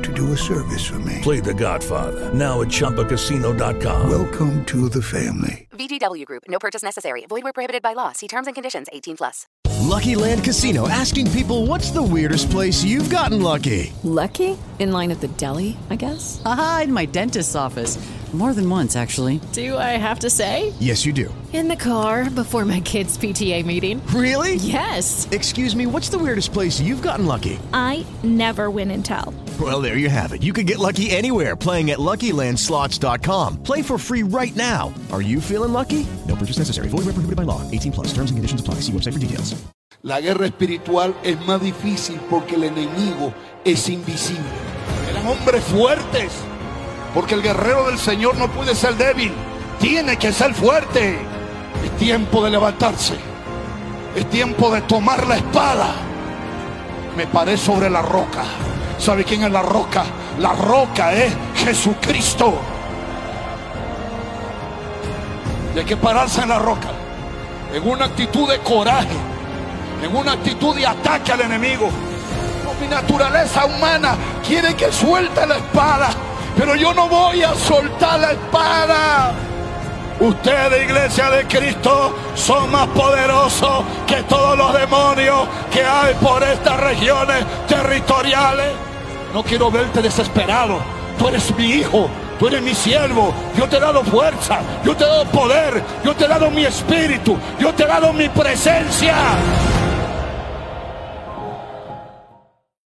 to do a service for me. Play The Godfather now at ChumbaCasino.com. Welcome to the family. VGW Group. No purchase necessary. Void where prohibited by law. See terms and conditions. 18 plus. Lucky Land Casino asking people, "What's the weirdest place you've gotten lucky?" Lucky in line at the deli, I guess. Aha, in my dentist's office. More than once, actually. Do I have to say? Yes, you do. In the car before my kids' PTA meeting. Really? Yes. Excuse me, what's the weirdest place you've gotten lucky? I never win and tell. Well, there you have it. You can get lucky anywhere playing at LuckyLandSlots.com. Play for free right now. Are you feeling lucky? No purchase necessary. Void where prohibited by law. 18 plus. Terms and conditions apply. See website for details. La guerra espiritual es más difícil porque el enemigo es invisible. Eran hombres fuertes. Porque el guerrero del Señor no puede ser débil. Tiene que ser fuerte. Es tiempo de levantarse. Es tiempo de tomar la espada. Me paré sobre la roca. ¿Sabe quién es la roca? La roca es Jesucristo. Y hay que pararse en la roca. En una actitud de coraje. En una actitud de ataque al enemigo. Mi naturaleza humana quiere que suelte la espada. Pero yo no voy a soltar la espada. Ustedes, iglesia de Cristo, son más poderosos que todos los demonios que hay por estas regiones territoriales. No quiero verte desesperado. Tú eres mi hijo, tú eres mi siervo. Yo te he dado fuerza, yo te he dado poder, yo te he dado mi espíritu, yo te he dado mi presencia.